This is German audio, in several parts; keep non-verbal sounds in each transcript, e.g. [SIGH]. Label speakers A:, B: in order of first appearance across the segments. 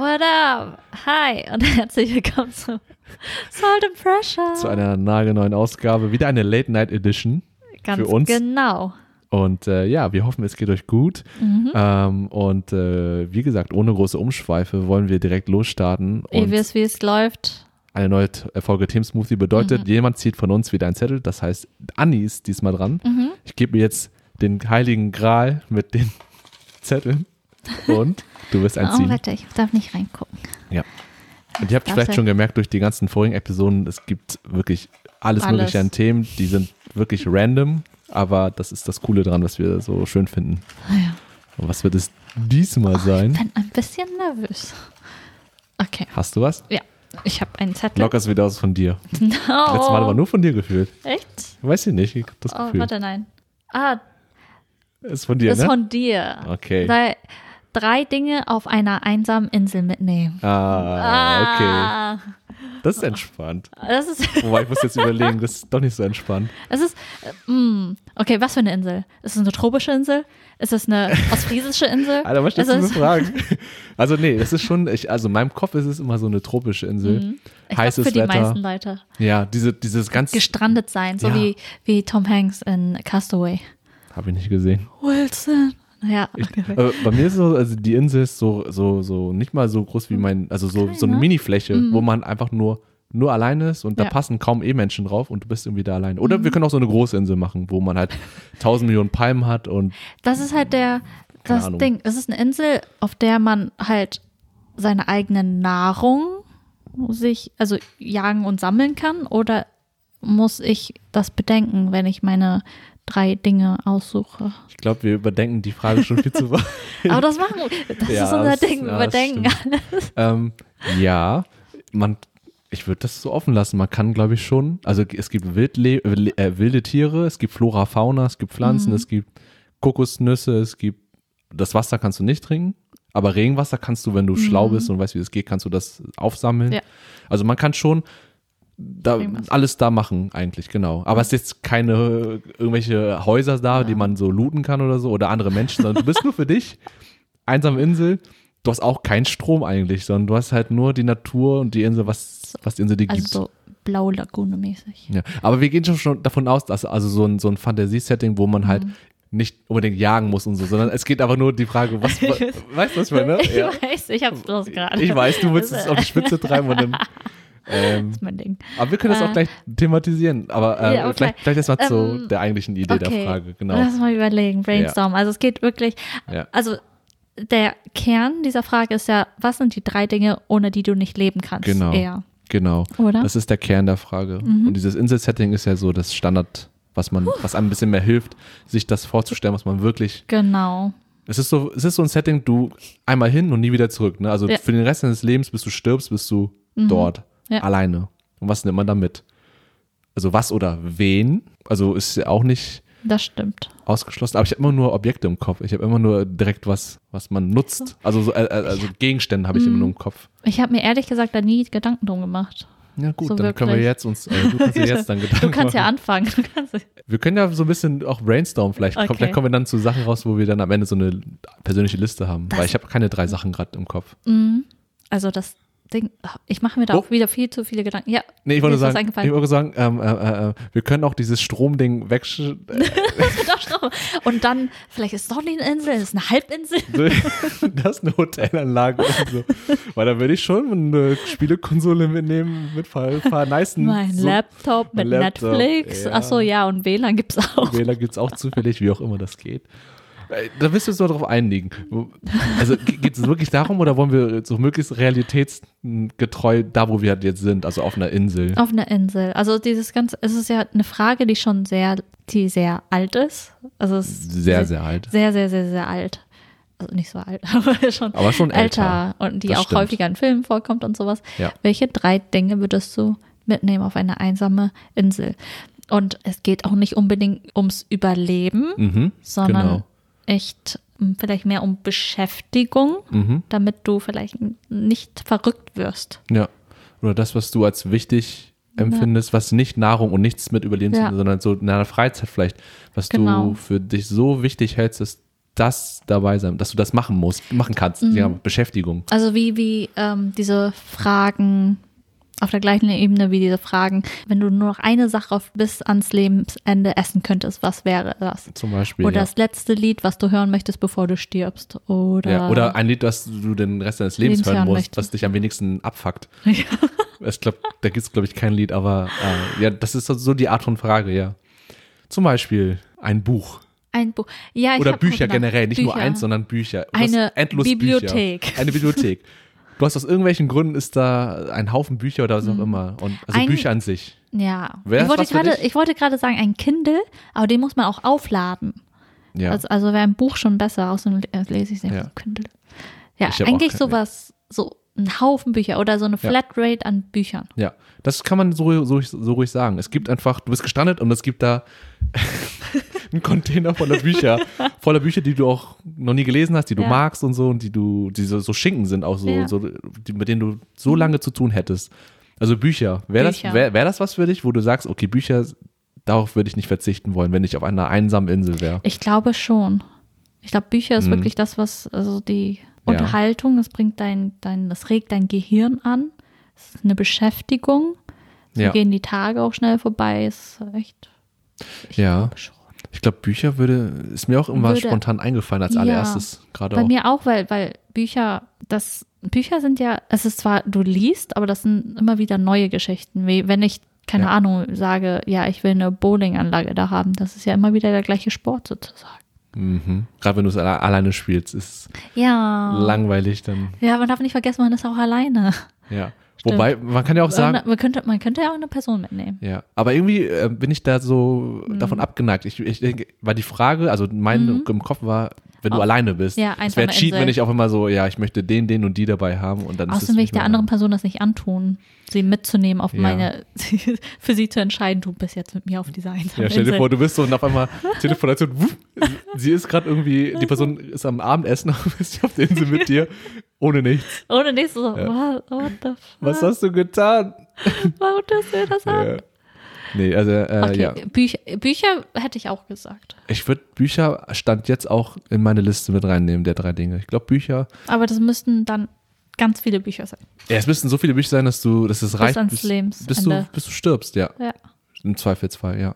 A: Hello, hi und [LAUGHS] herzlich willkommen zu Salt and Pressure.
B: Zu einer nagelneuen Ausgabe. Wieder eine Late Night Edition
A: Ganz
B: für uns.
A: genau.
B: Und äh, ja, wir hoffen, es geht euch gut.
A: Mhm.
B: Ähm, und äh, wie gesagt, ohne große Umschweife wollen wir direkt losstarten.
A: Ihr
B: und
A: wisst, wie es läuft.
B: eine neue T- Folge Team Smoothie bedeutet,
A: Mhm.
B: jemand zieht von uns wieder einen Zettel. Das heißt, Anni ist diesmal dran.
A: Mhm.
B: Ich gebe mir jetzt den heiligen Gral mit den [LAUGHS] Zetteln. Und du wirst einen
A: Oh,
B: ziehen.
A: warte, ich darf nicht reingucken.
B: Ja. Und ihr habt
A: Darf
B: vielleicht
A: sein.
B: schon gemerkt durch die ganzen vorigen Episoden, es gibt wirklich alles,
A: Alles.
B: Mögliche an Themen, die sind wirklich random, aber das ist das Coole dran, was wir so schön finden. Und was wird es
A: Oh,
B: diesmal sein?
A: Bin ein bisschen nervös. Okay,
B: Hast du was?
A: ja, ich habe einen Zettel.
B: Locker ist wieder aus von dir.
A: Oh,
B: Letztes Mal war nur von dir gefühlt.
A: Echt?
B: Weiß ich nicht, ich hab das
A: Oh,
B: Gefühl.
A: warte, nein. Ah,
B: Ist von dir,
A: das ist
B: ne?
A: von dir.
B: Okay.
A: Sei- drei Dinge auf einer einsamen Insel mitnehmen.
B: ah, okay.
A: Ah,
B: Das ist entspannt.
A: das ist
B: Wobei ich muss jetzt überlegen, das ist doch nicht so entspannt.
A: Es ist, äh, mm, okay, was für eine Insel? Ist es eine tropische Insel? Ist es
B: [LAUGHS]
A: eine ostfriesische Insel?
B: Alter, was stellst
A: Ist
B: du
A: es-
B: für Fragen? Also nee, es ist schon, ich, also in meinem Kopf ist es immer so eine tropische Insel.
A: Mhm. Ich glaub,
B: Heißes
A: für die
B: Wetter.
A: meisten Leute.
B: Ja, diese, dieses ganze.
A: Gestrandet sein, so
B: Ja.
A: wie, wie Tom Hanks in Castaway.
B: Habe ich nicht gesehen.
A: Oh, Wilson. Ja, okay.
B: Äh, bei mir ist so, also die Insel ist so, so, so nicht mal so groß wie mein, also so, so eine
A: Kleiner.
B: Minifläche, wo man einfach nur, nur alleine ist und da
A: Ja.
B: passen kaum eh Menschen drauf und du bist irgendwie da alleine. Oder wir können auch so eine große Insel machen, wo man halt tausend Millionen Palmen hat und
A: Das ist halt der,
B: Keine
A: das
B: Ahnung.
A: Ding. Es ist eine Insel, auf der man halt seine eigene Nahrung sich, also jagen und sammeln kann. Oder muss ich das bedenken, wenn ich meine drei Dinge aussuche?
B: ich glaube, wir überdenken die Frage schon viel zu weit.
A: Aber
B: [LAUGHS]
A: das machen wir. Das
B: Ja,
A: ist unser
B: das-
A: Ding.
B: ja, das
A: Überdenken alles.
B: Ähm, ja, man, ich würde das so offen lassen. Man kann, glaube ich, schon. Also es gibt Wildle äh, wilde Tiere, es gibt Flora, Fauna, es gibt
A: Mhm.
B: Pflanzen, es gibt Kokosnüsse, es gibt. Das Wasser kannst du nicht trinken, aber Regenwasser kannst du, wenn du schlau bist und weißt, wie es geht, kannst du das aufsammeln.
A: Mhm. Ja.
B: Also man kann schon da,
A: Regenwasser.
B: alles da machen, eigentlich, genau. Aber es ist jetzt keine äh, irgendwelche Häuser da, die man so looten kann oder so oder andere Menschen, sondern du bist nur für dich einsame Insel. Du hast auch keinen Strom eigentlich, sondern du hast halt nur die Natur und die Insel, was, was die Insel dir
A: Also
B: gibt.
A: so blaue Lagune mäßig.
B: Ja. Aber wir gehen schon- schon davon aus, dass also so ein, so ein Fantasiesetting, wo man
A: Mhm.
B: halt nicht unbedingt jagen muss und so, sondern es geht aber nur die Frage, was, wa-
A: [LAUGHS]
B: weißt du, was ich meine?
A: [LAUGHS]
B: ne?
A: Ich
B: Ja.
A: weiß, ich hab's bloß gerade.
B: Ich weiß, du willst
A: Das
B: es
A: ist
B: auf die Spitze treiben und dann, ähm,
A: [LAUGHS] mein Ding.
B: aber wir können das auch
A: Äh,
B: gleich thematisieren, aber äh,
A: ja, okay.
B: vielleicht, vielleicht erstmal zu
A: Ähm,
B: der eigentlichen Idee der Frage, genau.
A: Lass mal überlegen, brainstorm. Also es geht wirklich,
B: Ja.
A: also der Kern dieser Frage ist ja, was sind die drei Dinge, ohne die du nicht leben kannst?
B: Genau.
A: Eher.
B: Genau.
A: Oder?
B: Das ist der Kern der Frage. Und dieses Insel-Setting ist ja so das Standard, was man, was einem ein bisschen mehr hilft, sich das vorzustellen, was man wirklich.
A: Genau.
B: Es ist so, es ist so ein Setting, du einmal hin und nie wieder zurück. Ne? Also
A: Ja.
B: für den Rest deines Lebens, bis du stirbst, bist du dort.
A: Ja.
B: Alleine. Und was nimmt man da mit? Also was oder wen? Also ist ja auch nicht
A: Das stimmt.
B: ausgeschlossen, aber ich habe immer nur Objekte im Kopf. Ich habe immer nur direkt was, was man nutzt. Also, so, äh, äh, also Gegenstände habe ich immer nur im Kopf.
A: Ich habe mir ehrlich gesagt da nie Gedanken drum gemacht.
B: Ja gut,
A: So
B: dann können wir
A: wirklich.
B: jetzt uns, äh, du kannst dir jetzt dann [LAUGHS] Gedanken
A: Du kannst ja
B: machen.
A: anfangen. Du kannst,
B: Wir können ja so ein bisschen auch brainstormen vielleicht.
A: Okay.
B: Vielleicht kommen wir dann zu Sachen raus, wo wir dann am Ende so eine persönliche Liste haben. Weil ich habe keine drei Sachen gerade im Kopf.
A: also das Ding, ich mache mir da
B: Oh.
A: auch wieder viel zu viele Gedanken. Ja,
B: Nee, ich
A: mir
B: wollte
A: ist was
B: sagen, ich
A: eingefallen.
B: wollte sagen ähm, äh, äh, wir können auch dieses
A: [LAUGHS]
B: Stromding wegsch...
A: Doch, Straße. Und dann, vielleicht ist es doch nicht eine Insel, es ist eine Halbinsel.
B: das ist eine Hotelanlage und so. Weil da würde ich schon eine Spielekonsole mitnehmen, mit ein paar nice...
A: Mein
B: Hm, so
A: Laptop mit
B: Mein Laptop,
A: Netflix.
B: ja.
A: Ach Achso, ja, und WLAN gibt es auch.
B: Wähler gibt es auch zufällig, wie auch immer das geht. Äh, Da wirst du uns noch drauf einigen. Wo- Also geht es wirklich darum oder wollen wir so möglichst realitätsgetreu da, wo wir halt jetzt sind, also auf einer Insel?
A: Auf einer Insel. Also dieses ganze, es ist ja eine Frage, die schon sehr, die sehr alt ist. Also es ist
B: Sehr, sehr alt.
A: Sehr, sehr, sehr, sehr alt. Also nicht so alt, [LAUGHS] aber schon,
B: Aber schon älter.
A: Und die
B: Das
A: auch
B: stimmt.
A: häufiger in Filmen vorkommt und sowas.
B: Ja.
A: Welche drei Dinge würdest du mitnehmen auf eine einsame Insel? Und es geht auch nicht unbedingt ums Überleben,
B: Mhm,
A: sondern
B: genau.
A: echt m, vielleicht mehr um Beschäftigung,
B: Mhm.
A: damit du vielleicht n- nicht verrückt wirst.
B: Ja. Oder das, was du als wichtig empfindest, was nicht Nahrung und nichts mit Überleben zu
A: Ja.
B: tun, sondern so in deiner Freizeit vielleicht, was
A: Genau.
B: du für dich so wichtig hältst, dass das dabei sein, dass du das machen musst, machen kannst. Ja, Beschäftigung.
A: Also wie, wie ähm, diese Fragen auf der gleichen Ebene wie diese Fragen, wenn du nur noch eine Sache auf, bis ans Lebensende essen könntest, was wäre das?
B: Zum Beispiel.
A: Oder
B: ja.
A: das letzte Lied, was du hören möchtest, bevor du stirbst. Oder,
B: Ja, oder ein Lied, das du den Rest deines Lebens
A: Lebens
B: hören
A: hören
B: musst,
A: Ah. möchtest.
B: was dich am wenigsten abfuckt.
A: [LAUGHS] Ja.
B: Es glaub, da gibt es, glaube ich, kein Lied, aber äh, ja, das ist so die Art von Frage, ja. Zum Beispiel ein Buch.
A: ein Buch. Ja, ich
B: Oder
A: hab
B: Bücher
A: Hunger.
B: generell, nicht nur
A: Bücher.
B: eins, sondern Bücher. Du
A: Eine
B: hast endlos
A: Bibliothek.
B: Bücher. Eine
A: [LAUGHS]
B: Bibliothek. Du hast aus irgendwelchen Gründen ist da ein Haufen Bücher oder was auch immer. Und also
A: Mhm. Ein-
B: Bücher an sich.
A: Ja.
B: Wär's
A: Ich wollte,
B: was für
A: gerade,
B: dich?
A: ich wollte gerade sagen, ein Kindle, aber den muss man auch aufladen.
B: Ja.
A: Also, also wäre ein Buch schon besser, außer äh, lese ich nicht
B: Ja.
A: ja. Kindle. Ja,
B: Ich hab auch
A: eigentlich
B: kein-
A: sowas, so ein Haufen Bücher oder so eine
B: Ja.
A: Flatrate an Büchern.
B: ja. Das kann man so, so, so ruhig sagen. Es gibt einfach, du bist gestrandet und es
A: [LAUGHS]
B: gibt da einen Container voller Bücher. voller Bücher, die du auch noch nie gelesen hast, die du
A: Ja.
B: magst und so und die du, die so, so Schinken sind auch so,
A: Ja. Mhm.
B: so die, mit denen du so lange zu tun hättest. Also Bücher. Wäre das,
A: Bücher.
B: wär, wär das was für dich, wo du sagst, okay, Bücher, darauf würde ich nicht verzichten wollen, wenn ich auf einer einsamen Insel wäre?
A: Ich glaube schon. Ich glaube, Bücher
B: Mhm.
A: ist wirklich das, was, also die Unterhaltung, das bringt dein, dein, das regt dein Gehirn an. Es ist eine Beschäftigung. So
B: Ja.
A: gehen die Tage auch schnell vorbei. Es ist echt
B: Ja.
A: schon.
B: Ich glaube, Bücher würde, ist mir auch immer
A: Würde-
B: spontan eingefallen als
A: Ja.
B: allererstes. Gerade
A: Bei
B: auch.
A: mir auch, weil, weil Bücher, das, Bücher sind ja, es ist zwar, du liest, aber das sind immer wieder neue Geschichten. Wie wenn ich, keine
B: Ja.
A: Ahnung, sage, ja, ich will eine Bowlinganlage da haben, das ist ja immer wieder der gleiche Sport sozusagen.
B: Mhm. Gerade wenn du es alle, alleine spielst, ist
A: Ja.
B: langweilig dann.
A: Ja, man darf nicht vergessen, man ist auch alleine.
B: Ja. Wobei, man kann ja auch sagen,
A: Irgende- man, könnte, man könnte ja auch eine Person mitnehmen.
B: Ja, aber irgendwie äh, bin ich da so
A: Hm.
B: davon abgeneigt. Ich, ich denke, weil die Frage, also mein im Kopf war, wenn du
A: Auf-
B: alleine bist,
A: Ja,
B: es
A: einsame
B: wäre cheat, wenn
A: Insel. Außerdem will ich
B: nicht
A: der
B: mehr-
A: anderen Person das nicht antun, sie mitzunehmen auf
B: Ja.
A: meine, [LAUGHS] für sie zu entscheiden, du bist jetzt mit mir auf dieser Einsame
B: Ja, stell dir
A: Insel.
B: vor, du bist so und auf einmal Telefonation, wuff, sie ist gerade irgendwie,
A: [LAUGHS]
B: die Person ist am Abendessen, aber [LAUGHS] ist auf der Insel mit dir, ohne nichts.
A: Ohne nächstes so, what, what the fuck,
B: Was hast du getan?
A: warum tust du mir das an?
B: Ja. Nee, also äh,
A: Ah. Okay,
B: ja.
A: Bücher, Bücher hätte ich auch gesagt.
B: Ich würde Bücher stand jetzt auch in meine Liste mit reinnehmen, der drei Dinge. Ich glaube, Bücher
A: Aber das müssten dann ganz viele Bücher sein.
B: Ja, es müssten so viele Bücher sein, dass du, dass es reicht,
A: ans
B: bis,
A: Lebensende.
B: bis, du, bis du stirbst, ja.
A: Ja.
B: Im Zweifelsfall, ja.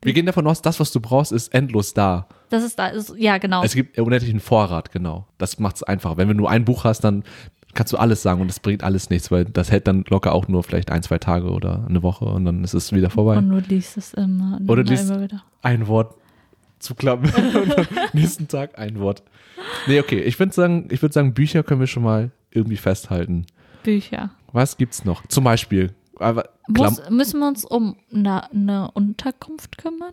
B: Wir gehen davon aus, das, was du brauchst, ist endlos da.
A: Das ist da, ist, ja, genau.
B: Es gibt unendlichen Vorrat, genau. Das macht es einfacher. Wenn du nur ein Buch hast, dann kannst du alles sagen und das bringt alles nichts, weil das hält dann locker auch nur vielleicht ein, zwei Tage oder eine Woche und dann ist es wieder vorbei.
A: Und du liest es immer. und
B: Oder
A: immer,
B: liest-
A: immer wieder.
B: ein Wort zuklappen [LAUGHS] und am nächsten Tag ein Wort. Nee, okay. Ich würde sagen, ich würde sagen, Bücher können wir schon mal irgendwie festhalten.
A: Bücher.
B: Was gibt's noch? Zum Beispiel. Aber, Klam-
A: Muss, müssen wir uns um eine, eine Unterkunft kümmern?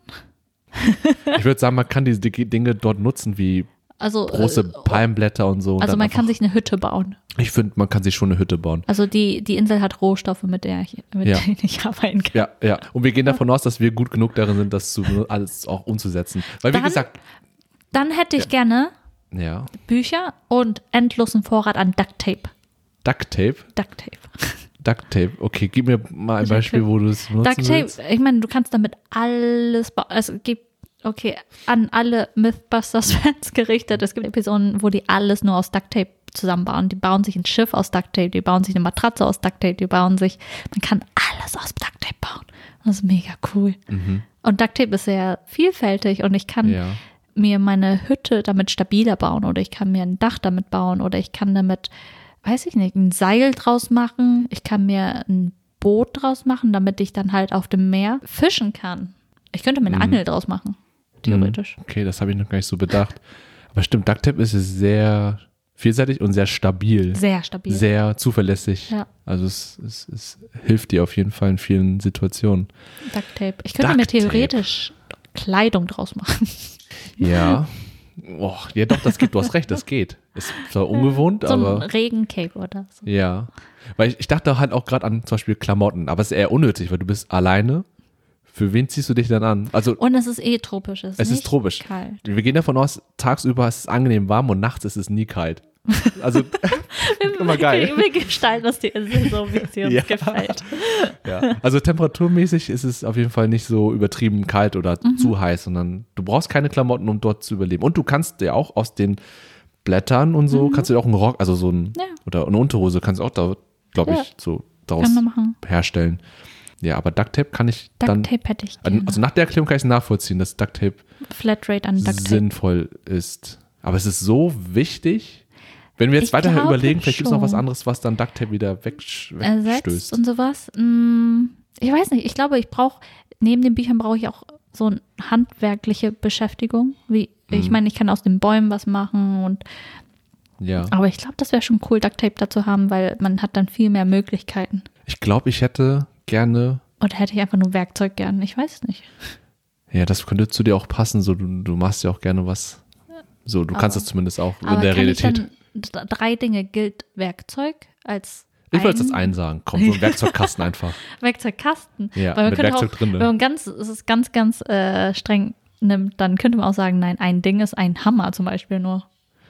B: Ich würde sagen, man kann diese Di- Dinge dort nutzen, wie
A: Also,
B: große
A: äh,
B: Palmblätter und so. und
A: also
B: dann
A: man kann
B: einfach-
A: sich eine Hütte bauen.
B: Ich finde, man kann sich schon eine Hütte bauen.
A: Also die, die Insel hat Rohstoffe, mit, der ich, mit
B: Ja.
A: denen ich arbeiten kann.
B: Ja, ja. Und wir gehen davon aus, dass wir gut genug darin sind, das zu, alles auch umzusetzen. Weil, wie
A: Dann-
B: gesagt,
A: Dann hätte ich gerne
B: ja,
A: Bücher und endlosen Vorrat an Duct Tape.
B: Duct Tape,
A: Duct Tape.
B: Duct Tape. Okay, gib mir mal ein
A: Duct
B: Beispiel,
A: Tape.
B: wo du es benutzen
A: Duct Tape,
B: willst.
A: ich meine, du kannst damit alles bauen. Es gibt, okay, an alle Mythbusters-Fans [LAUGHS] gerichtet, es gibt Episoden, wo die alles nur aus Duct Tape zusammenbauen. Die bauen sich ein Schiff aus Duct Tape, die bauen sich eine Matratze aus Duct Tape, die bauen sich, man kann alles aus Duct Tape bauen. Das ist mega cool. Und Duct Tape ist sehr vielfältig und ich kann
B: Mhm. Ja.
A: mir meine Hütte damit stabiler bauen oder ich kann mir ein Dach damit bauen oder ich kann damit, weiß ich nicht, ein Seil draus machen. Ich kann mir ein Boot draus machen, damit ich dann halt auf dem Meer fischen kann. Ich könnte mir
B: Mhm.
A: eine Angel draus machen, theoretisch.
B: Hm, Okay, das habe ich noch gar nicht so bedacht. Aber stimmt, Duct Tape ist sehr vielseitig und sehr stabil.
A: Sehr stabil.
B: Sehr zuverlässig.
A: Ja.
B: Also es, es, es hilft dir auf jeden Fall in vielen Situationen.
A: Duct Tape. Ich könnte mir
B: Duct Tape.
A: theoretisch Kleidung draus machen.
B: Ja. Och, ja, doch, das geht, du hast recht, das geht. Ist zwar ungewohnt,
A: So ein
B: aber
A: Regencape oder so.
B: ja. Weil ich, ich dachte halt auch gerade an zum Beispiel Klamotten, aber es ist eher unnötig, weil du bist alleine. Für wen ziehst du dich dann an? Also
A: Und es ist eh tropisch. Es ist,
B: es
A: nicht
B: ist tropisch.
A: Kalt.
B: Wir gehen davon aus, tagsüber ist es angenehm warm und nachts ist es nie kalt.
A: [LAUGHS]
B: Also, [LAUGHS] immer geil.
A: Wir, [LAUGHS] wir gestalten das die Insel so, wie sie uns
B: [LAUGHS] Ja.
A: gefällt.
B: Ja. Also temperaturmäßig ist es auf jeden Fall nicht so übertrieben kalt oder
A: Mhm.
B: zu heiß, sondern du brauchst keine Klamotten, um dort zu überleben. Und du kannst dir auch aus den Blättern und so, kannst du dir auch einen Rock, also so ein,
A: Mhm. Ja.
B: oder eine Unterhose kannst du auch da, glaube ich,
A: Ja.
B: so daraus
A: Kann man machen.
B: herstellen. Ja, aber Duct Tape kann ich dann,
A: Duct Tape hätte ich gerne.
B: also nach der Erklärung kann ich es nachvollziehen, dass Duct Tape
A: Flatrate an Duct Tape.
B: sinnvoll ist. Aber es ist so wichtig, wenn wir jetzt
A: Ich
B: weiter
A: glaube
B: überlegen, vielleicht gibt es noch was
A: schon.
B: anderes, was dann Duct Tape wieder wegsch-
A: ersetzt
B: wegstößt.
A: und sowas. Hm, Ich weiß nicht, ich glaube, ich brauche, neben den Büchern brauche ich auch so eine handwerkliche Beschäftigung. Wie, Ich
B: Mhm.
A: meine, ich kann aus den Bäumen was machen und
B: ja.
A: aber ich glaube, das wäre schon cool, Duct Tape dazu haben, weil man hat dann viel mehr Möglichkeiten.
B: Ich glaube, ich hätte gerne,
A: Oder hätte ich einfach nur Werkzeug gern? Ich weiß nicht.
B: ja, das könnte zu dir auch passen, so du, du machst ja auch gerne was. So, du kannst
A: Aber-
B: das zumindest auch
A: Aber
B: in der
A: kann
B: Realität. Ich,
A: Ich dann, d- drei Dinge gilt Werkzeug als
B: würde jetzt
A: ein-
B: das einen sagen. Komm, so ein
A: [LAUGHS]
B: Werkzeugkasten einfach.
A: Werkzeugkasten.
B: Ja,
A: Weil man
B: mit
A: könnte
B: Werkzeug
A: auch,
B: drin, ne?
A: Wenn man ganz, es ist ganz, ganz äh, streng nimmt, dann könnte man auch sagen, nein, ein Ding ist ein Hammer zum Beispiel nur.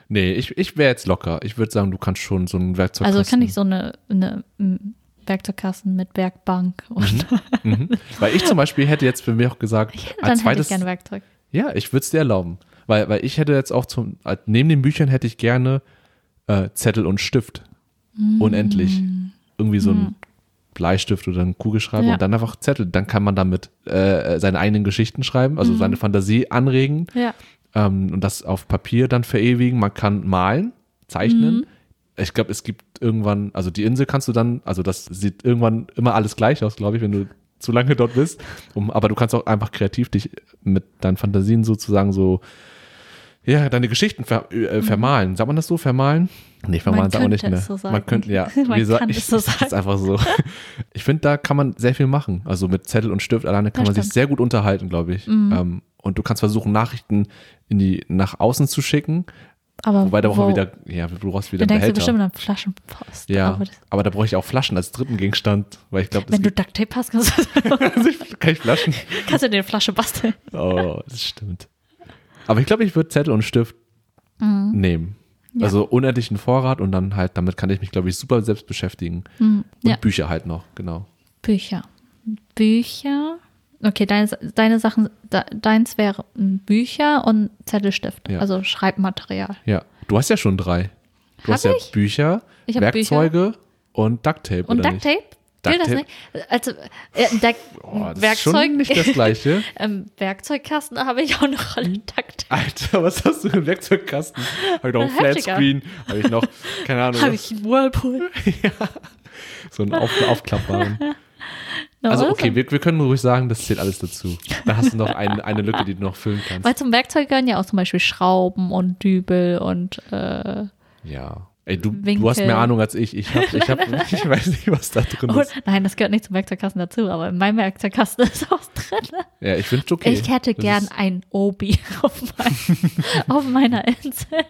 B: Nee, ich, ich wäre jetzt locker. Ich würde sagen, du kannst schon so ein Werkzeugkasten.
A: Also kann ich so eine, eine m, Werkzeugkasten mit Werkbank
B: [LAUGHS]
A: und
B: Mhm. Weil ich zum Beispiel hätte jetzt für mich auch gesagt,
A: dann
B: als
A: hätte ich
B: zweites,
A: gerne Werkzeug.
B: ja, ich würde es dir erlauben. Weil, weil ich hätte jetzt auch zum, als- neben den Büchern hätte ich gerne äh, Zettel und Stift. Unendlich. Irgendwie so ein Bleistift oder ein Kugelschreiber
A: Ja.
B: und dann einfach Zettel. Dann kann man damit äh, seine eigenen Geschichten schreiben, also seine Fantasie anregen
A: Ja.
B: ähm, und das auf Papier dann verewigen. Man kann malen, zeichnen.
A: Mhm.
B: Ich glaube, es gibt irgendwann, also die Insel kannst du dann, also das sieht irgendwann immer alles gleich aus, glaube ich, wenn du zu lange dort bist. Um, aber du kannst auch einfach kreativ dich mit deinen Fantasien sozusagen so, ja, deine Geschichten ver, äh, vermalen. Sagt man das so, vermalen? Nee, vermalen
A: Mhm. Man
B: sagt man nicht
A: könnte
B: mehr.
A: es so sagen.
B: Man könnte, ja,
A: [LAUGHS] Man
B: wir sa-
A: kann
B: ich, [LAUGHS]
A: es so
B: ich sag's
A: sagen.
B: einfach so. Ich finde, da kann man sehr viel machen. Also mit Zettel und Stift alleine kann
A: Das
B: man sich
A: stimmt. Mhm.
B: sehr gut unterhalten, glaube ich. Ähm, und du kannst versuchen, Nachrichten in die, nach außen zu schicken.
A: Aber
B: Wobei da brauchen
A: wo-
B: wir wieder, ja, du brauchst wieder
A: dann
B: einen
A: denkst du bestimmt
B: Behälter.
A: an Flaschenpost.
B: Ja,
A: Aber das,
B: aber da brauche ich auch Flaschen als dritten Gegenstand, weil ich glaube, das
A: wenn du
B: gibt,
A: Duct Tape hast, kannst du,
B: [LAUGHS] also ich, kann ich Flaschen.
A: kannst du dir eine Flasche basteln.
B: Oh, das stimmt. Aber ich glaube, ich würde Zettel und Stift nehmen.
A: Mhm. Ja.
B: Also unendlichen Vorrat und dann halt, damit kann ich mich, glaube ich, super selbst beschäftigen. Und
A: Mhm. ja.
B: Bücher halt noch, genau.
A: Bücher. Bücher. Okay, deine, deine Sachen, de- deins wäre hm, Bücher und Zettelstift,
B: Ja.
A: also Schreibmaterial.
B: Ja. Du hast ja schon drei. Du
A: Hab
B: hast ja
A: ich?
B: Bücher,
A: Ich hab
B: Werkzeuge und Duct Tape.
A: Und
B: oder
A: Duct
B: nicht?
A: Tape? Gilt das
B: Duct
A: nicht? Also, äh, Duck-
B: Oh, das Werkzeug. ist
A: Werkzeug,
B: schon nicht das Hm. gleiche.
A: [LAUGHS] ähm, Werkzeugkasten habe ich auch noch alle Duct Tape.
B: Alter, was hast du im Werkzeugkasten? Habe ich noch einen
A: Ein heftiger.
B: Flatscreen? Habe ich noch, keine Ahnung,
A: Habe ich einen Whirlpool.
B: so einen auf,
A: [LAUGHS]
B: aufklappbaren.
A: Na,
B: Also
A: oder?
B: okay, wir, wir können ruhig sagen, das zählt alles dazu. Da hast du noch ein, eine Lücke, die du noch füllen kannst.
A: Weil zum Werkzeug gehören ja auch zum Beispiel Schrauben und Dübel und äh,
B: Ja. Ey, du, du
A: Winkel.
B: hast mehr Ahnung als ich. Ich, hab,
A: [LAUGHS]
B: ich, hab, ich weiß nicht, was da drin
A: und,
B: ist.
A: nein, das gehört nicht zum Werkzeugkasten dazu, aber in meinem Werkzeugkasten [LAUGHS] ist auch drin.
B: Ja, ich finde es okay.
A: Ich hätte
B: Das
A: gern
B: ist-
A: ein Obi [LAUGHS] auf,
B: [LAUGHS]
A: mein, auf meiner Insel.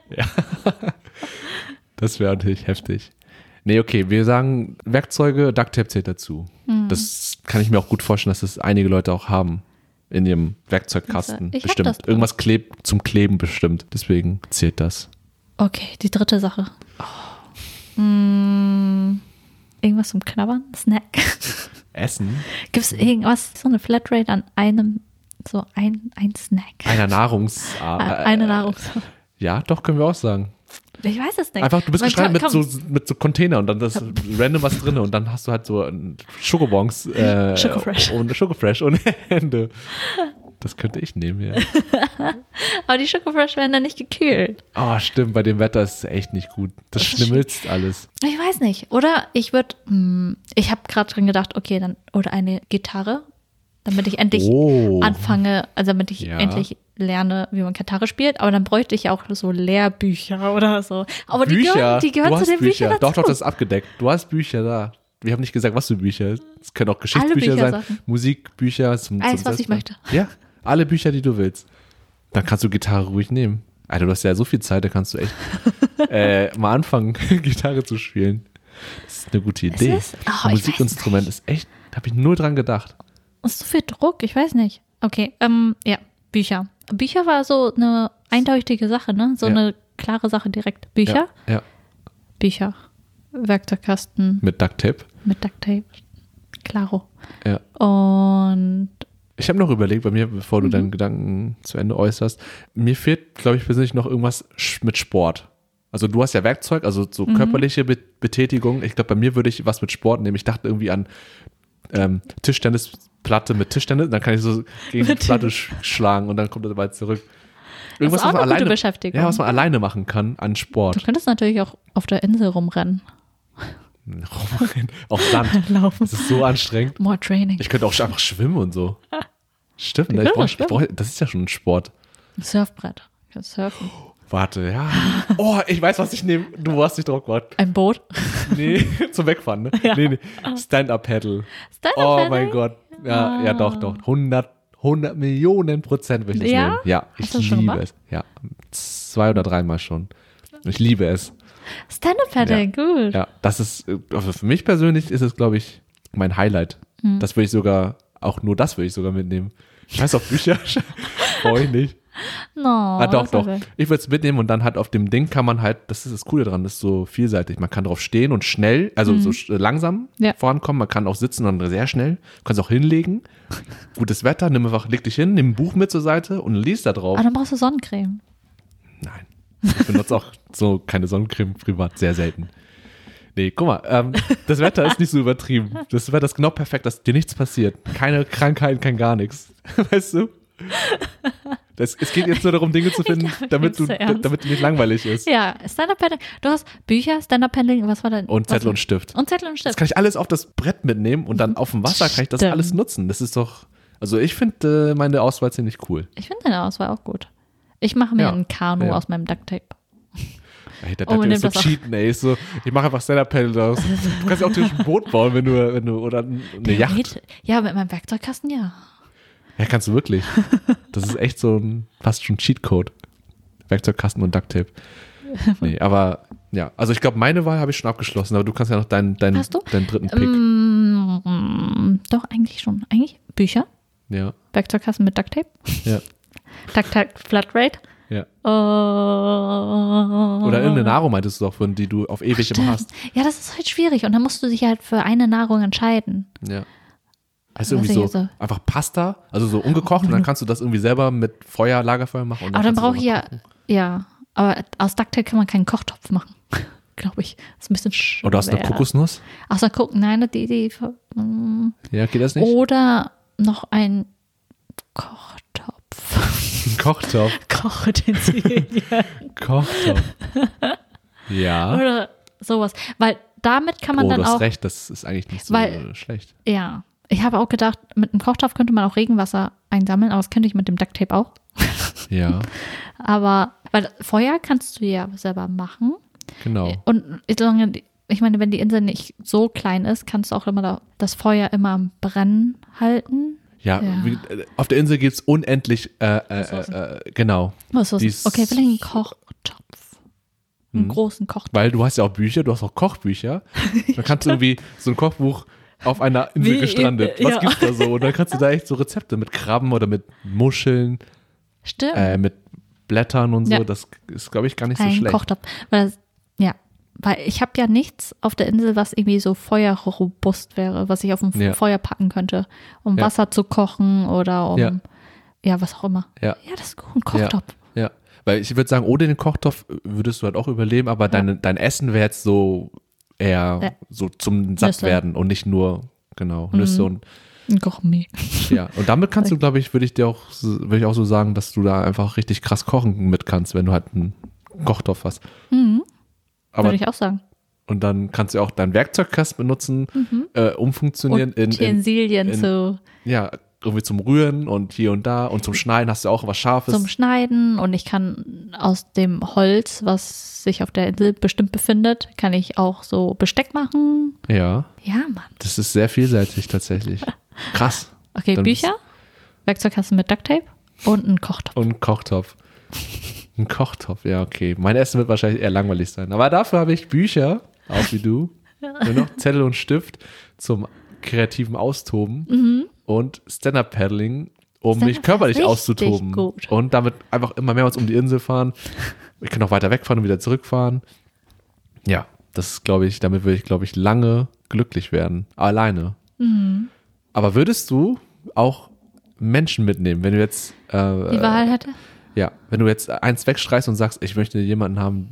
B: Das wäre natürlich heftig. Nee, okay, wir sagen Werkzeuge, Duct Tape zählt dazu.
A: Hm.
B: Das kann ich mir auch gut vorstellen, dass das einige Leute auch haben in ihrem Werkzeugkasten.
A: Ich hab
B: bestimmt.
A: das auch.
B: Irgendwas klebt zum Kleben bestimmt. Deswegen zählt das.
A: Okay, die dritte Sache.
B: Oh.
A: Mm, irgendwas zum Knabbern? Snack? [LAUGHS]
B: Essen?
A: Gibt es irgendwas, so eine Flatrate an einem, so ein, ein Snack?
B: Einer Nahrungsart.
A: Eine Nahrung.
B: Ja, doch, können wir auch sagen.
A: Ich weiß es nicht.
B: Einfach, du bist
A: Man
B: gestrandet mit
A: kann-
B: so, mit so Container und dann das ist random was drin und dann hast du halt so ein Schokobons äh,
A: Schokofresh.
B: ohne Schokofresh ohne [LAUGHS] Ende. Das könnte ich nehmen, ja.
A: komm, Aber die Schokofresh werden dann nicht gekühlt.
B: Oh, stimmt, bei dem Wetter ist es echt nicht gut. Das schlimmelst alles.
A: Ich weiß nicht. Oder ich würde, ich habe gerade dran gedacht, okay, dann, oder eine Gitarre, damit ich endlich
B: Oh.
A: anfange, also damit ich
B: Ja.
A: endlich lerne, wie man Gitarre spielt. Aber dann bräuchte ich auch so Lehrbücher [LAUGHS] oder so. Aber die gehören, die
B: du
A: gehören zu
B: hast
A: den Büchern dazu.
B: Doch, doch, das ist abgedeckt. Du hast Bücher da. Wir haben nicht gesagt, was für Bücher. Es können auch Geschichtsbücher
A: Bücher
B: sein,
A: sagen.
B: Musikbücher. Zum,
A: Alles,
B: zum
A: was ich
B: Selbstlernen. Ja, alle Bücher, die du willst. Dann kannst du Gitarre ruhig nehmen. Alter, du hast ja so viel Zeit, da kannst
A: [LAUGHS]
B: du echt äh, mal anfangen, [LAUGHS] Gitarre zu spielen. Das ist eine gute Idee.
A: ist- oh, ich weiß
B: Ein Musikinstrument ist echt, da habe ich nur dran gedacht.
A: Ist so viel Druck, ich weiß nicht. Okay, ähm, ja, Bücher. Bücher war so eine eindeutige Sache, ne? So
B: Ja.
A: eine klare Sache direkt. Bücher,
B: Ja, ja.
A: Bücher, Werkzeugkasten
B: Mit Duct Tape.
A: mit Duct Tape. Klaro.
B: Ja.
A: Und
B: Ich habe noch überlegt bei mir, bevor du
A: Mhm.
B: deinen Gedanken zu Ende äußerst, mir fehlt, glaube ich, persönlich noch irgendwas sch- mit Sport. Also du hast ja Werkzeug, also so
A: Mhm.
B: körperliche Be Betätigung. Ich glaube, bei mir würde ich was mit Sport nehmen. Ich dachte irgendwie an ähm, Tischtennisplatte mit Tischtennis, dann kann ich so gegen die
A: Mit-
B: Platte sch schlagen und dann kommt er dabei zurück. Irgendwas,
A: auch
B: was man
A: eine gute
B: alleine,
A: Beschäftigung.
B: Ja, was man alleine machen kann an
A: du [LAUGHS]
B: Sport.
A: könntest natürlich auch auf der Insel rumrennen,
B: Oh Auf Land.
A: laufen.
B: Das ist so anstrengend.
A: More Training.
B: Ich könnte auch sch- einfach schwimmen
A: [LAUGHS]
B: und so. Stimmt, ne? ich
A: können
B: brauch,
A: auch
B: ich brauch, das ist ja schon ein Sport.
A: Surfbrett. Ich kann
B: [GASPS]
A: Surfen.
B: Warte, ja. Oh, ich weiß, was ich nehme. Du hast dich drauf gewartet.
A: Ein Boot.
B: Nee, [LAUGHS] zum Wegfahren, ne?
A: Ja.
B: Nee, nee. Stand-up-Paddle.
A: Stand-up
B: Oh
A: Paddling?
B: mein Gott. Ja, ja, doch, doch. 100, 100 Millionen Prozent will ich das
A: Ah. Ja?
B: nehmen. Ja, ich
A: Hast du das schon
B: liebe
A: gemacht?
B: es. Ja, zwei oder dreimal schon. Ich liebe es.
A: Stand-up-Paddling, gut.
B: Ja, das ist, äh, also für mich persönlich ist es, glaube ich, mein Highlight.
A: Hm.
B: Das würde ich sogar, auch nur das würde ich sogar mitnehmen. Scheiß auf Bücher. [LAUGHS] Brauche ich nicht.
A: No,
B: ah, doch,
A: Genau, das war
B: doch.
A: wild.
B: Ich würde es mitnehmen und dann halt auf dem Ding kann man halt, das ist das Coole dran, das ist so vielseitig. Man kann drauf stehen und schnell, also so sch- langsam
A: Mhm. Ja.
B: vorankommen. Man kann auch sitzen und sehr schnell. Du kannst auch hinlegen. Gutes Wetter, nimm einfach, leg dich hin, nimm ein Buch mit zur Seite und liest da drauf.
A: Aber Ah, dann brauchst du Sonnencreme.
B: Nein. Ich benutze auch so keine Sonnencreme privat, sehr selten. Nee, guck mal, ähm, das Wetter ist nicht so übertrieben. Das Wetter ist genau perfekt, dass dir nichts passiert. Keine Krankheiten, kein gar nichts. [LAUGHS] Weißt du? Das, es geht jetzt nur darum, Dinge
A: [LAUGHS]
B: zu finden,
A: glaub, ich
B: damit, du,
A: nehm's zu ernst.
B: damit dir nicht langweilig ist.
A: Ja, Stand-up-Paddling. Du hast Bücher, Stand-up-Paddling, was war denn?
B: Und Zettel
A: was-
B: und Stift.
A: Und Zettel und
B: Das
A: Stift.
B: kann ich alles auf das Brett mitnehmen und dann auf dem Wasser kann ich das
A: Stimmt.
B: alles nutzen. Das ist doch, also ich finde äh, meine Auswahl ziemlich cool.
A: Ich finde deine Auswahl auch gut. Ich mache mir
B: Ja.
A: ein Kanu
B: Ja.
A: aus meinem Duct-Tape.
B: Ey, der
A: Oh, man
B: Dattel ist
A: nimmt
B: so
A: das auch.
B: cheaten, ey. Ist so, ich mache einfach Stand-Up-Paddle draus. Du kannst ja auch durch ein Boot bauen, wenn du, wenn du oder eine Yacht.
A: Mit- Ja, mit meinem Werkzeugkasten, ja.
B: Ja, kannst du wirklich. Das ist echt so ein, fast schon Cheatcode. Werkzeugkasten und Ducktape. Nee, aber ja, also ich glaube, meine Wahl habe ich schon abgeschlossen, aber du kannst ja noch deinen, deinen,
A: Hast du? Ähm.
B: deinen dritten Pick.
A: Mm, doch, eigentlich schon. Eigentlich Bücher,
B: Ja,
A: Werkzeugkasten mit Duct-Tape,
B: ja,
A: Duct-Tape Flatrate.
B: ja.
A: Oh.
B: Oder irgendeine Nahrung meintest du doch, von die du auf ewig immer hast.
A: [LAUGHS] Ja, das ist halt schwierig und dann musst du dich halt für eine Nahrung entscheiden.
B: Ja. Also irgendwie
A: Was
B: so,
A: ich also-
B: einfach Pasta, also so ungekocht und dann kannst du das irgendwie selber mit Feuer, Lagerfeuer machen. Und
A: Mhm. Aber dann
B: kannst
A: brauche
B: du
A: ich ja, ja, aber aus Ducktail kann man keinen Kochtopf machen, [LAUGHS] glaube ich. Das ist ein bisschen schwer.
B: Oder hast du eine Kokosnuss?
A: Aus einer Kokosnuss, nein, die, die, ver- mm.
B: Ja, geht das nicht?
A: oder noch ein Kochtopf.
B: Ein Kochtopf.
A: Kochutensilien.
B: Kochtopf.
A: [LAUGHS]
B: Ja.
A: oder sowas. Weil damit kann man
B: Oh,
A: dann
B: du hast
A: auch,
B: recht, das ist eigentlich nicht so
A: Weil-
B: schlecht.
A: ja. Ich habe auch gedacht, mit einem Kochtopf könnte man auch Regenwasser einsammeln, aber das könnte ich mit dem Ducktape auch.
B: Ja,
A: Aber, weil Feuer kannst du ja selber machen. [LAUGHS]
B: genau.
A: Und solange, die- ich meine, wenn die Insel nicht so klein ist, kannst du auch immer da, das Feuer immer am Brennen halten.
B: Ja,
A: Ja.
B: Wie, äh, auf der Insel gibt es unendlich, äh,
A: Ressourcen.
B: äh, äh, genau.
A: Was ist das?
B: Dies- Hm?
A: okay, vielleicht einen Kochtopf. Einen großen Kochtopf.
B: Weil du hast ja auch Bücher, du hast auch Kochbücher.
A: [LAUGHS]
B: Dann kannst du irgendwie so ein Kochbuch auf einer Insel
A: Wie-
B: gestrandet.
A: äh,
B: Was
A: ja.
B: gibt's da so? Und dann kannst du da echt so Rezepte mit Krabben oder mit Muscheln,
A: Stimmt,
B: äh, mit Blättern und so.
A: Ja.
B: Das ist, glaube ich, gar nicht so
A: ein
B: schlecht.
A: Kochtopf. Weil das, ja, weil ich habe ja nichts auf der Insel, was irgendwie so feuerrobust wäre, was ich auf dem
B: Ja.
A: Feuer packen könnte, um
B: Ja.
A: Wasser zu kochen oder um,
B: Ja.
A: ja, was auch immer.
B: Ja.
A: ja, das ist gut, ein Kochtopf.
B: Ja, ja. Weil ich würde sagen, ohne den Kochtopf würdest du halt auch überleben, aber deine, dein Essen wäre jetzt so eher
A: Ja.
B: so zum satt
A: Nüsse. Mhm.
B: werden und nicht nur, genau, Nüsse und
A: Ein Gourmet.
B: ja. Und damit kannst
A: [LAUGHS]
B: du, glaube ich, würde ich dir auch, so- würde ich auch so sagen, dass du da einfach richtig krass kochen mit kannst, wenn du halt einen Kochtopf hast. Aber
A: Würde Mhm. ich auch sagen.
B: und dann kannst du auch deinen Werkzeugkasten benutzen, äh, umfunktionieren
A: Mhm. Und
B: in, in
A: Utensilien
B: in-
A: zu
B: ja, irgendwie zum Rühren und hier und da und zum Schneiden hast du auch was Scharfes.
A: zum Schneiden und ich kann aus dem Holz, was sich auf der Insel bestimmt befindet, kann ich auch so Besteck machen.
B: ja.
A: Ja, Mann.
B: Das ist sehr
A: [LAUGHS]
B: vielseitig tatsächlich. Krass.
A: Okay,
B: Dann
A: Bücher, Werkzeugkasten mit Ducktape und ein Kochtopf.
B: Und einen Kochtopf. Ein Kochtopf, ja, okay. Mein Essen wird wahrscheinlich eher langweilig sein. Aber dafür habe ich Bücher, auch wie du.
A: [LAUGHS]
B: Nur noch Zettel und Stift zum kreativen Austoben und Stand-Up-Paddling, um mich
A: Mhm. Stand-Up ist
B: körperlich
A: richtig
B: auszutoben.
A: gut.
B: Und damit einfach immer mehrmals um die Insel fahren. Ich kann auch weiter wegfahren und wieder zurückfahren. Ja, das ist, glaube ich, damit würde ich, glaube ich, lange glücklich werden. Alleine.
A: Mhm.
B: Aber würdest du auch Menschen mitnehmen, wenn du jetzt. Äh,
A: Die Wahl hätte.
B: ja, wenn du jetzt eins wegstreichst und sagst, ich möchte jemanden haben.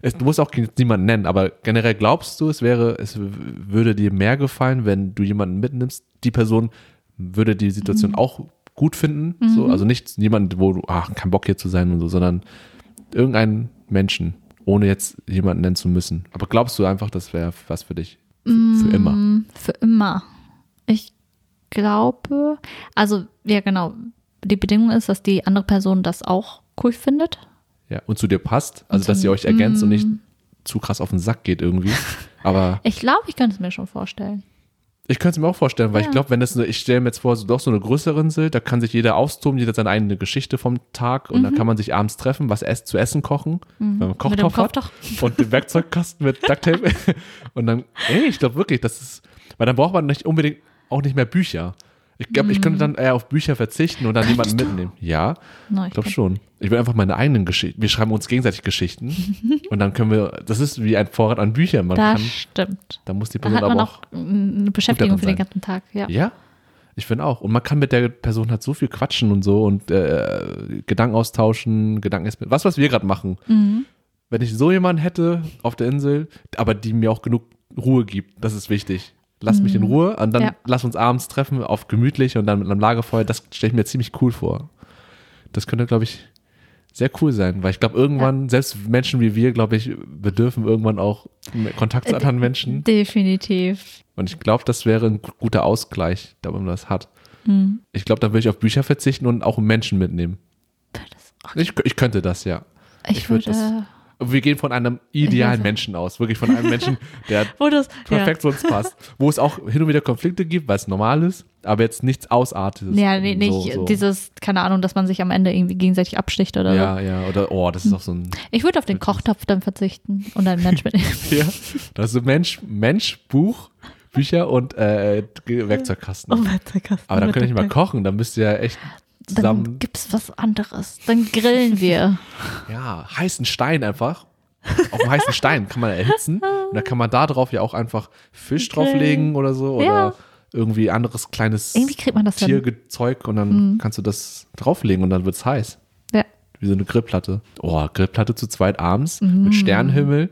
B: Es, du musst auch niemanden nennen, aber generell glaubst du, es wäre, es w- würde dir mehr gefallen, wenn du jemanden mitnimmst, die Person würde die Situation auch gut finden. So, also nicht jemand, wo du, ach, kein Bock hier zu sein und so, sondern irgendeinen Menschen, ohne jetzt jemanden nennen zu müssen. Aber glaubst du einfach, das wäre was für dich? F- Für immer.
A: Mm, Für immer. Ich glaube, also ja genau, die Bedingung ist, dass die andere Person das auch cool findet.
B: Ja. Und zu dir passt. Also, dass ihr euch ergänzt und nicht zu krass auf den Sack geht irgendwie. Aber.
A: Ich glaube, ich könnte es mir schon vorstellen.
B: Ich könnte es mir auch vorstellen, weil
A: Ja.
B: ich glaube, wenn das, so- ich stelle mir jetzt vor, so doch so eine größere Insel, da kann sich jeder austoben, jeder hat seine eigene Geschichte vom Tag und dann kann man sich abends treffen, was ess, zu essen kochen, wenn man einen
A: Mhm. Mit dem
B: Kochtopf hat
A: Kochtopf.
B: und den Werkzeugkasten mit
A: [LAUGHS]
B: Ducktape und dann, ey, ich glaube wirklich, das ist, weil dann braucht man nicht unbedingt auch nicht mehr Bücher. Ich glaube, ich
A: Mhm.
B: könnte dann eher auf Bücher verzichten und dann jemanden mitnehmen. Ja,
A: Na, ich
B: ich glaube
A: glaub-
B: schon. Ich will einfach meine eigenen Geschichten, wir schreiben uns gegenseitig
A: [LAUGHS]
B: Geschichten und dann können wir, das ist wie ein Vorrat an Büchern, man
A: Das
B: kann,
A: stimmt.
B: da muss die
A: Da
B: Person
A: hat man
B: aber auch
A: auch eine Beschäftigung
B: darin
A: für den
B: sein.
A: ganzen Tag. Ja.
B: ja, ich finde auch. Und man kann mit der Person halt so viel quatschen und so und äh, Gedanken austauschen, Gedanken ist was, was wir gerade machen.
A: Mhm.
B: Wenn ich so jemanden hätte auf der Insel, aber die mir auch genug Ruhe gibt, das ist wichtig. Lass mich in Ruhe und dann
A: Mhm. Ja.
B: lass uns abends treffen auf gemütlich und dann mit einem Lagerfeuer. Das stelle ich mir ziemlich cool vor. Das könnte, glaube ich, sehr cool sein, weil ich glaube, irgendwann, selbst Menschen wie wir, glaube ich, bedürfen irgendwann auch Kontakt zu
A: Äh,
B: anderen Menschen.
A: Definitiv.
B: Und ich glaube, das wäre ein gu- guter Ausgleich, da man das hat.
A: Hm.
B: Ich glaube, dann würde ich auf Bücher verzichten und auch Menschen mitnehmen. Ich, ich könnte das, ja.
A: Ich,
B: Ich würd
A: würde. äh,
B: Wir gehen von einem
A: weiß
B: idealen
A: auch.
B: Menschen aus. Wirklich von einem
A: [LAUGHS]
B: Menschen, der
A: wo das,
B: perfekt zu uns passt. Wo es auch hin und wieder Konflikte gibt, weil es normal ist, aber jetzt nichts Ausartiges.
A: Ja, ja nee, nicht
B: So, so.
A: dieses, keine Ahnung, dass man sich am Ende irgendwie gegenseitig absticht oder so.
B: Ja, ja, oder, oh, das ist auch so
A: [LAUGHS]
B: ein,
A: Ich würde auf den Kochtopf dann verzichten und ein Mensch
B: [LAUGHS]
A: mitnehmen.
B: ja, das ist ein Mensch, Mensch, Buch, Bücher und äh, Ge- Werkzeugkasten.
A: Oh
B: aber dann könnte ich mal kochen, dann müsst ihr ja echt
A: Dann
B: zusammen
A: gibt's was anderes. Dann grillen
B: [LAUGHS]
A: wir.
B: ja, heißen Stein einfach. Auf dem heißen Stein kann man erhitzen. Und dann kann man da drauf ja auch einfach Fisch drauflegen oder so. Oder
A: Ja.
B: irgendwie anderes kleines
A: Irgendwie kriegt man das Mhm. hin.
B: Tierzeug und dann kannst du das drauflegen und dann wird's heiß.
A: Ja.
B: Wie so eine Grillplatte. Oh, Grillplatte zu zweit abends
A: Mhm.
B: mit Sternenhimmel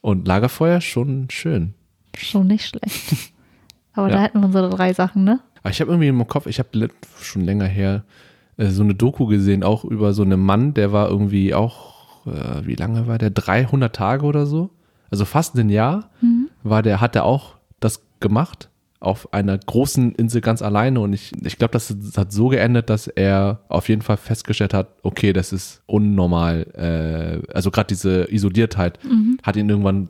B: und Lagerfeuer, schon schön.
A: Schon nicht schlecht. Aber da
B: Ja.
A: hätten wir unsere drei Sachen, ne?
B: Aber ich habe irgendwie im Kopf, ich habe schon länger her äh, so eine Doku gesehen, auch über so einen Mann, der war irgendwie auch, äh, wie lange war der? 300 Tage oder so. Also fast ein Jahr war der, hat er auch das gemacht auf einer großen Insel ganz alleine und ich, ich glaube, das hat so geendet, dass er auf jeden Fall festgestellt hat, okay, das ist unnormal, äh, also gerade diese Isoliertheit hat ihn irgendwann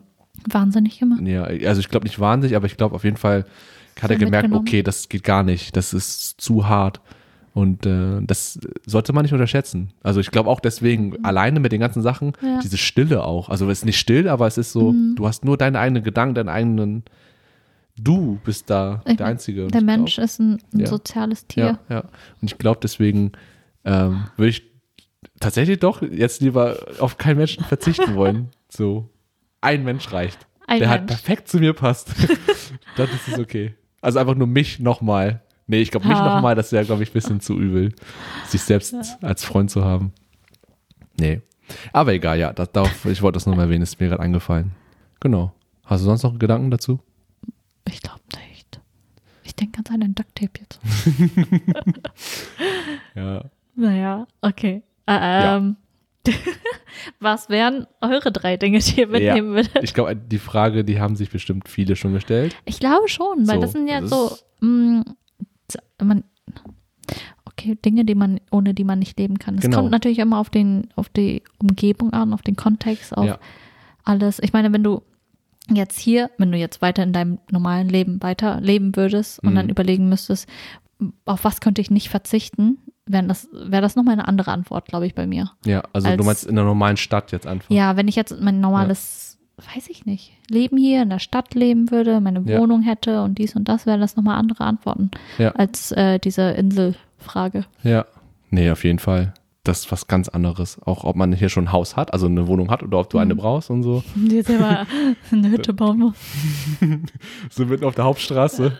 A: Wahnsinnig gemacht.
B: ja, also ich glaube nicht wahnsinnig, aber ich glaube auf jeden Fall hat er
A: Schon
B: gemerkt,
A: mitgenommen.
B: okay, das geht gar nicht, das ist zu hart. Und äh, das sollte man nicht unterschätzen. Also ich glaube auch deswegen, alleine mit den ganzen Sachen,
A: Mhm. Ja. Mhm.
B: diese Stille auch. Also es ist nicht still, aber es ist so, du hast nur deine eigenen Gedanken, deinen eigenen, du bist da
A: Ich-
B: der Einzige. Und
A: Der
B: ich glaub-
A: Mensch ist ein, ein
B: Ja.
A: soziales
B: ja,
A: Tier.
B: ja. Und ich glaube, deswegen ähm, würde ich tatsächlich doch jetzt lieber auf keinen
A: [LAUGHS]
B: Menschen verzichten wollen. So, ein Mensch reicht.
A: Ein
B: der halt
A: Mensch.
B: perfekt zu
A: [LAUGHS]
B: mir passt. Dann ist es okay. Also einfach nur mich nochmal. Nee, ich glaube, mich
A: Ha.
B: nochmal, das wäre, glaube ich, ein bisschen zu übel, sich selbst als Freund zu haben. Nee. Aber egal, ja, das, darauf, ich wollte das nochmal erwähnen, ist mir gerade eingefallen. Genau. Hast du sonst noch Gedanken dazu?
A: Ich glaube nicht. Ich denke an seinen Ducktape jetzt.
B: Ja.
A: Naja, okay. Ä-
B: Ja.
A: Ähm, [LAUGHS] was wären eure drei Dinge, die ihr mitnehmen würdet?
B: Ich glaube, die Frage, die haben sich bestimmt viele schon gestellt.
A: Ich glaube schon, weil
B: So,
A: das sind ja
B: das
A: so,
B: ist-
A: mh, z- man, okay, Dinge, die man, ohne die man nicht leben kann. Es
B: Genau.
A: kommt natürlich immer auf den, auf die Umgebung an, auf den Kontext, auf
B: Ja.
A: alles. Ich meine, wenn du jetzt hier, wenn du jetzt weiter in deinem normalen Leben weiter leben würdest und
B: Mhm.
A: dann überlegen müsstest, auf was könnte ich nicht verzichten, wäre das, wär das nochmal eine andere Antwort, glaube ich, bei mir.
B: Ja, also du
A: als-
B: meinst in der normalen Stadt jetzt einfach.
A: Ja, wenn ich jetzt mein normales, weiß ich nicht, Leben hier in der Stadt leben würde, meine
B: Ja.
A: Wohnung hätte und dies und das, wären das nochmal andere Antworten
B: Ja.
A: als äh, diese Inselfrage. [LAUGHS]
B: ja. Nee, auf jeden Fall. das ist was ganz anderes. Auch ob man hier schon ein Haus hat, also eine Wohnung hat oder ob du eine
A: Mhm.
B: brauchst und so.
A: Die jetzt immer eine Hütte bauen muss.
B: So mitten auf
A: [LAUGHS]
B: der Hauptstraße.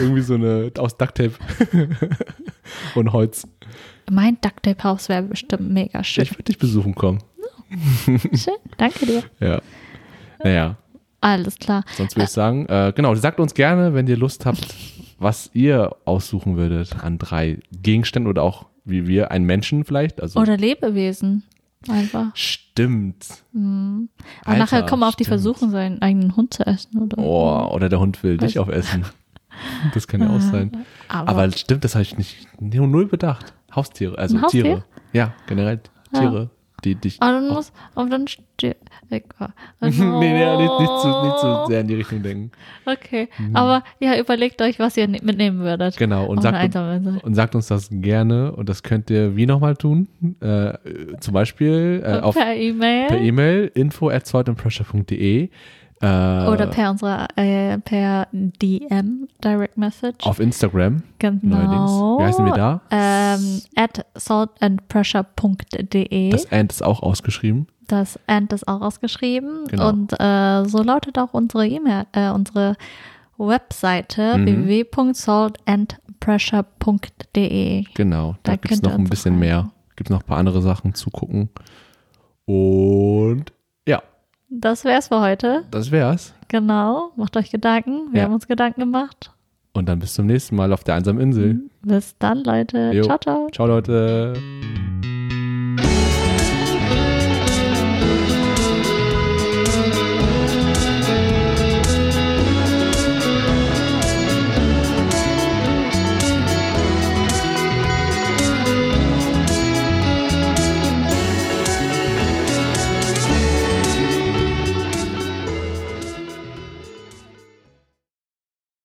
B: Irgendwie so eine aus Ducktape [LAUGHS] und Holz.
A: Mein Ducktape-Haus wäre bestimmt mega
B: [LAUGHS]
A: schön.
B: Ich würde dich besuchen kommen.
A: schön. Danke dir.
B: Ja. Naja,
A: Alles klar.
B: sonst würde ich sagen, äh, genau, sagt uns gerne, wenn ihr Lust habt, was ihr aussuchen würdet an drei Gegenständen oder auch wie wir, einen Menschen vielleicht. Also
A: Oder Lebewesen. Einfach.
B: Stimmt.
A: Mhm. Aber nachher
B: Alter,
A: kommen auch die
B: stimmt.
A: versuchen, seinen eigenen Hund zu essen, oder?
B: Oh,
A: Mhm.
B: oder der Hund will
A: [LAUGHS]
B: dich aufessen. Das kann ja auch sein.
A: Also- Aber-
B: Aber, stimmt, das habe ich nicht nur null bedacht. Haustiere, also
A: Ein Haustier?
B: Tiere. Ja, generell Tiere, die dich.
A: Aber Ah, dann muss, aber dann stirbt. Egal.
B: [LAUGHS] nee, nee, nicht, nicht, zu, nicht zu
A: No.
B: sehr in die Richtung denken.
A: Okay. Aber ja, überlegt euch, was ihr ne- mitnehmen würdet.
B: Mhm. Genau, und
A: Auf eine
B: sagt,
A: einsame Insel.
B: und sagt uns das gerne. Und das könnt ihr wie nochmal tun? Äh, äh, zum Beispiel äh, auf,
A: per E-Mail
B: per E-Mail info at saltandpressure.de äh,
A: oder per unserer äh, per DM Direct Message.
B: auf Instagram.
A: genau.
B: neuerdings. Wie heißen wir da?
A: Ähm, at saltandpressure.de.
B: Das End ist auch ausgeschrieben.
A: Das End ist auch ausgeschrieben.
B: Genau.
A: Und äh, so lautet auch unsere E-Mail, äh, unsere Webseite
B: Mhm.
A: www.saltandpressure.de.
B: Genau,
A: Da
B: da, gibt's
A: könnt ihr
B: noch ein
A: uns
B: bisschen
A: auch
B: mehr. Gibt's noch ein paar andere Sachen zu gucken. Und ja,
A: Das wär's für heute.
B: das wär's.
A: Genau. Macht euch Gedanken. Wir
B: Ja.
A: haben uns Gedanken gemacht. Mhm.
B: Und dann bis zum nächsten Mal auf der einsamen Insel.
A: Bis dann, Leute.
B: Jo.
A: Ciao, ciao.
B: Ciao, Leute.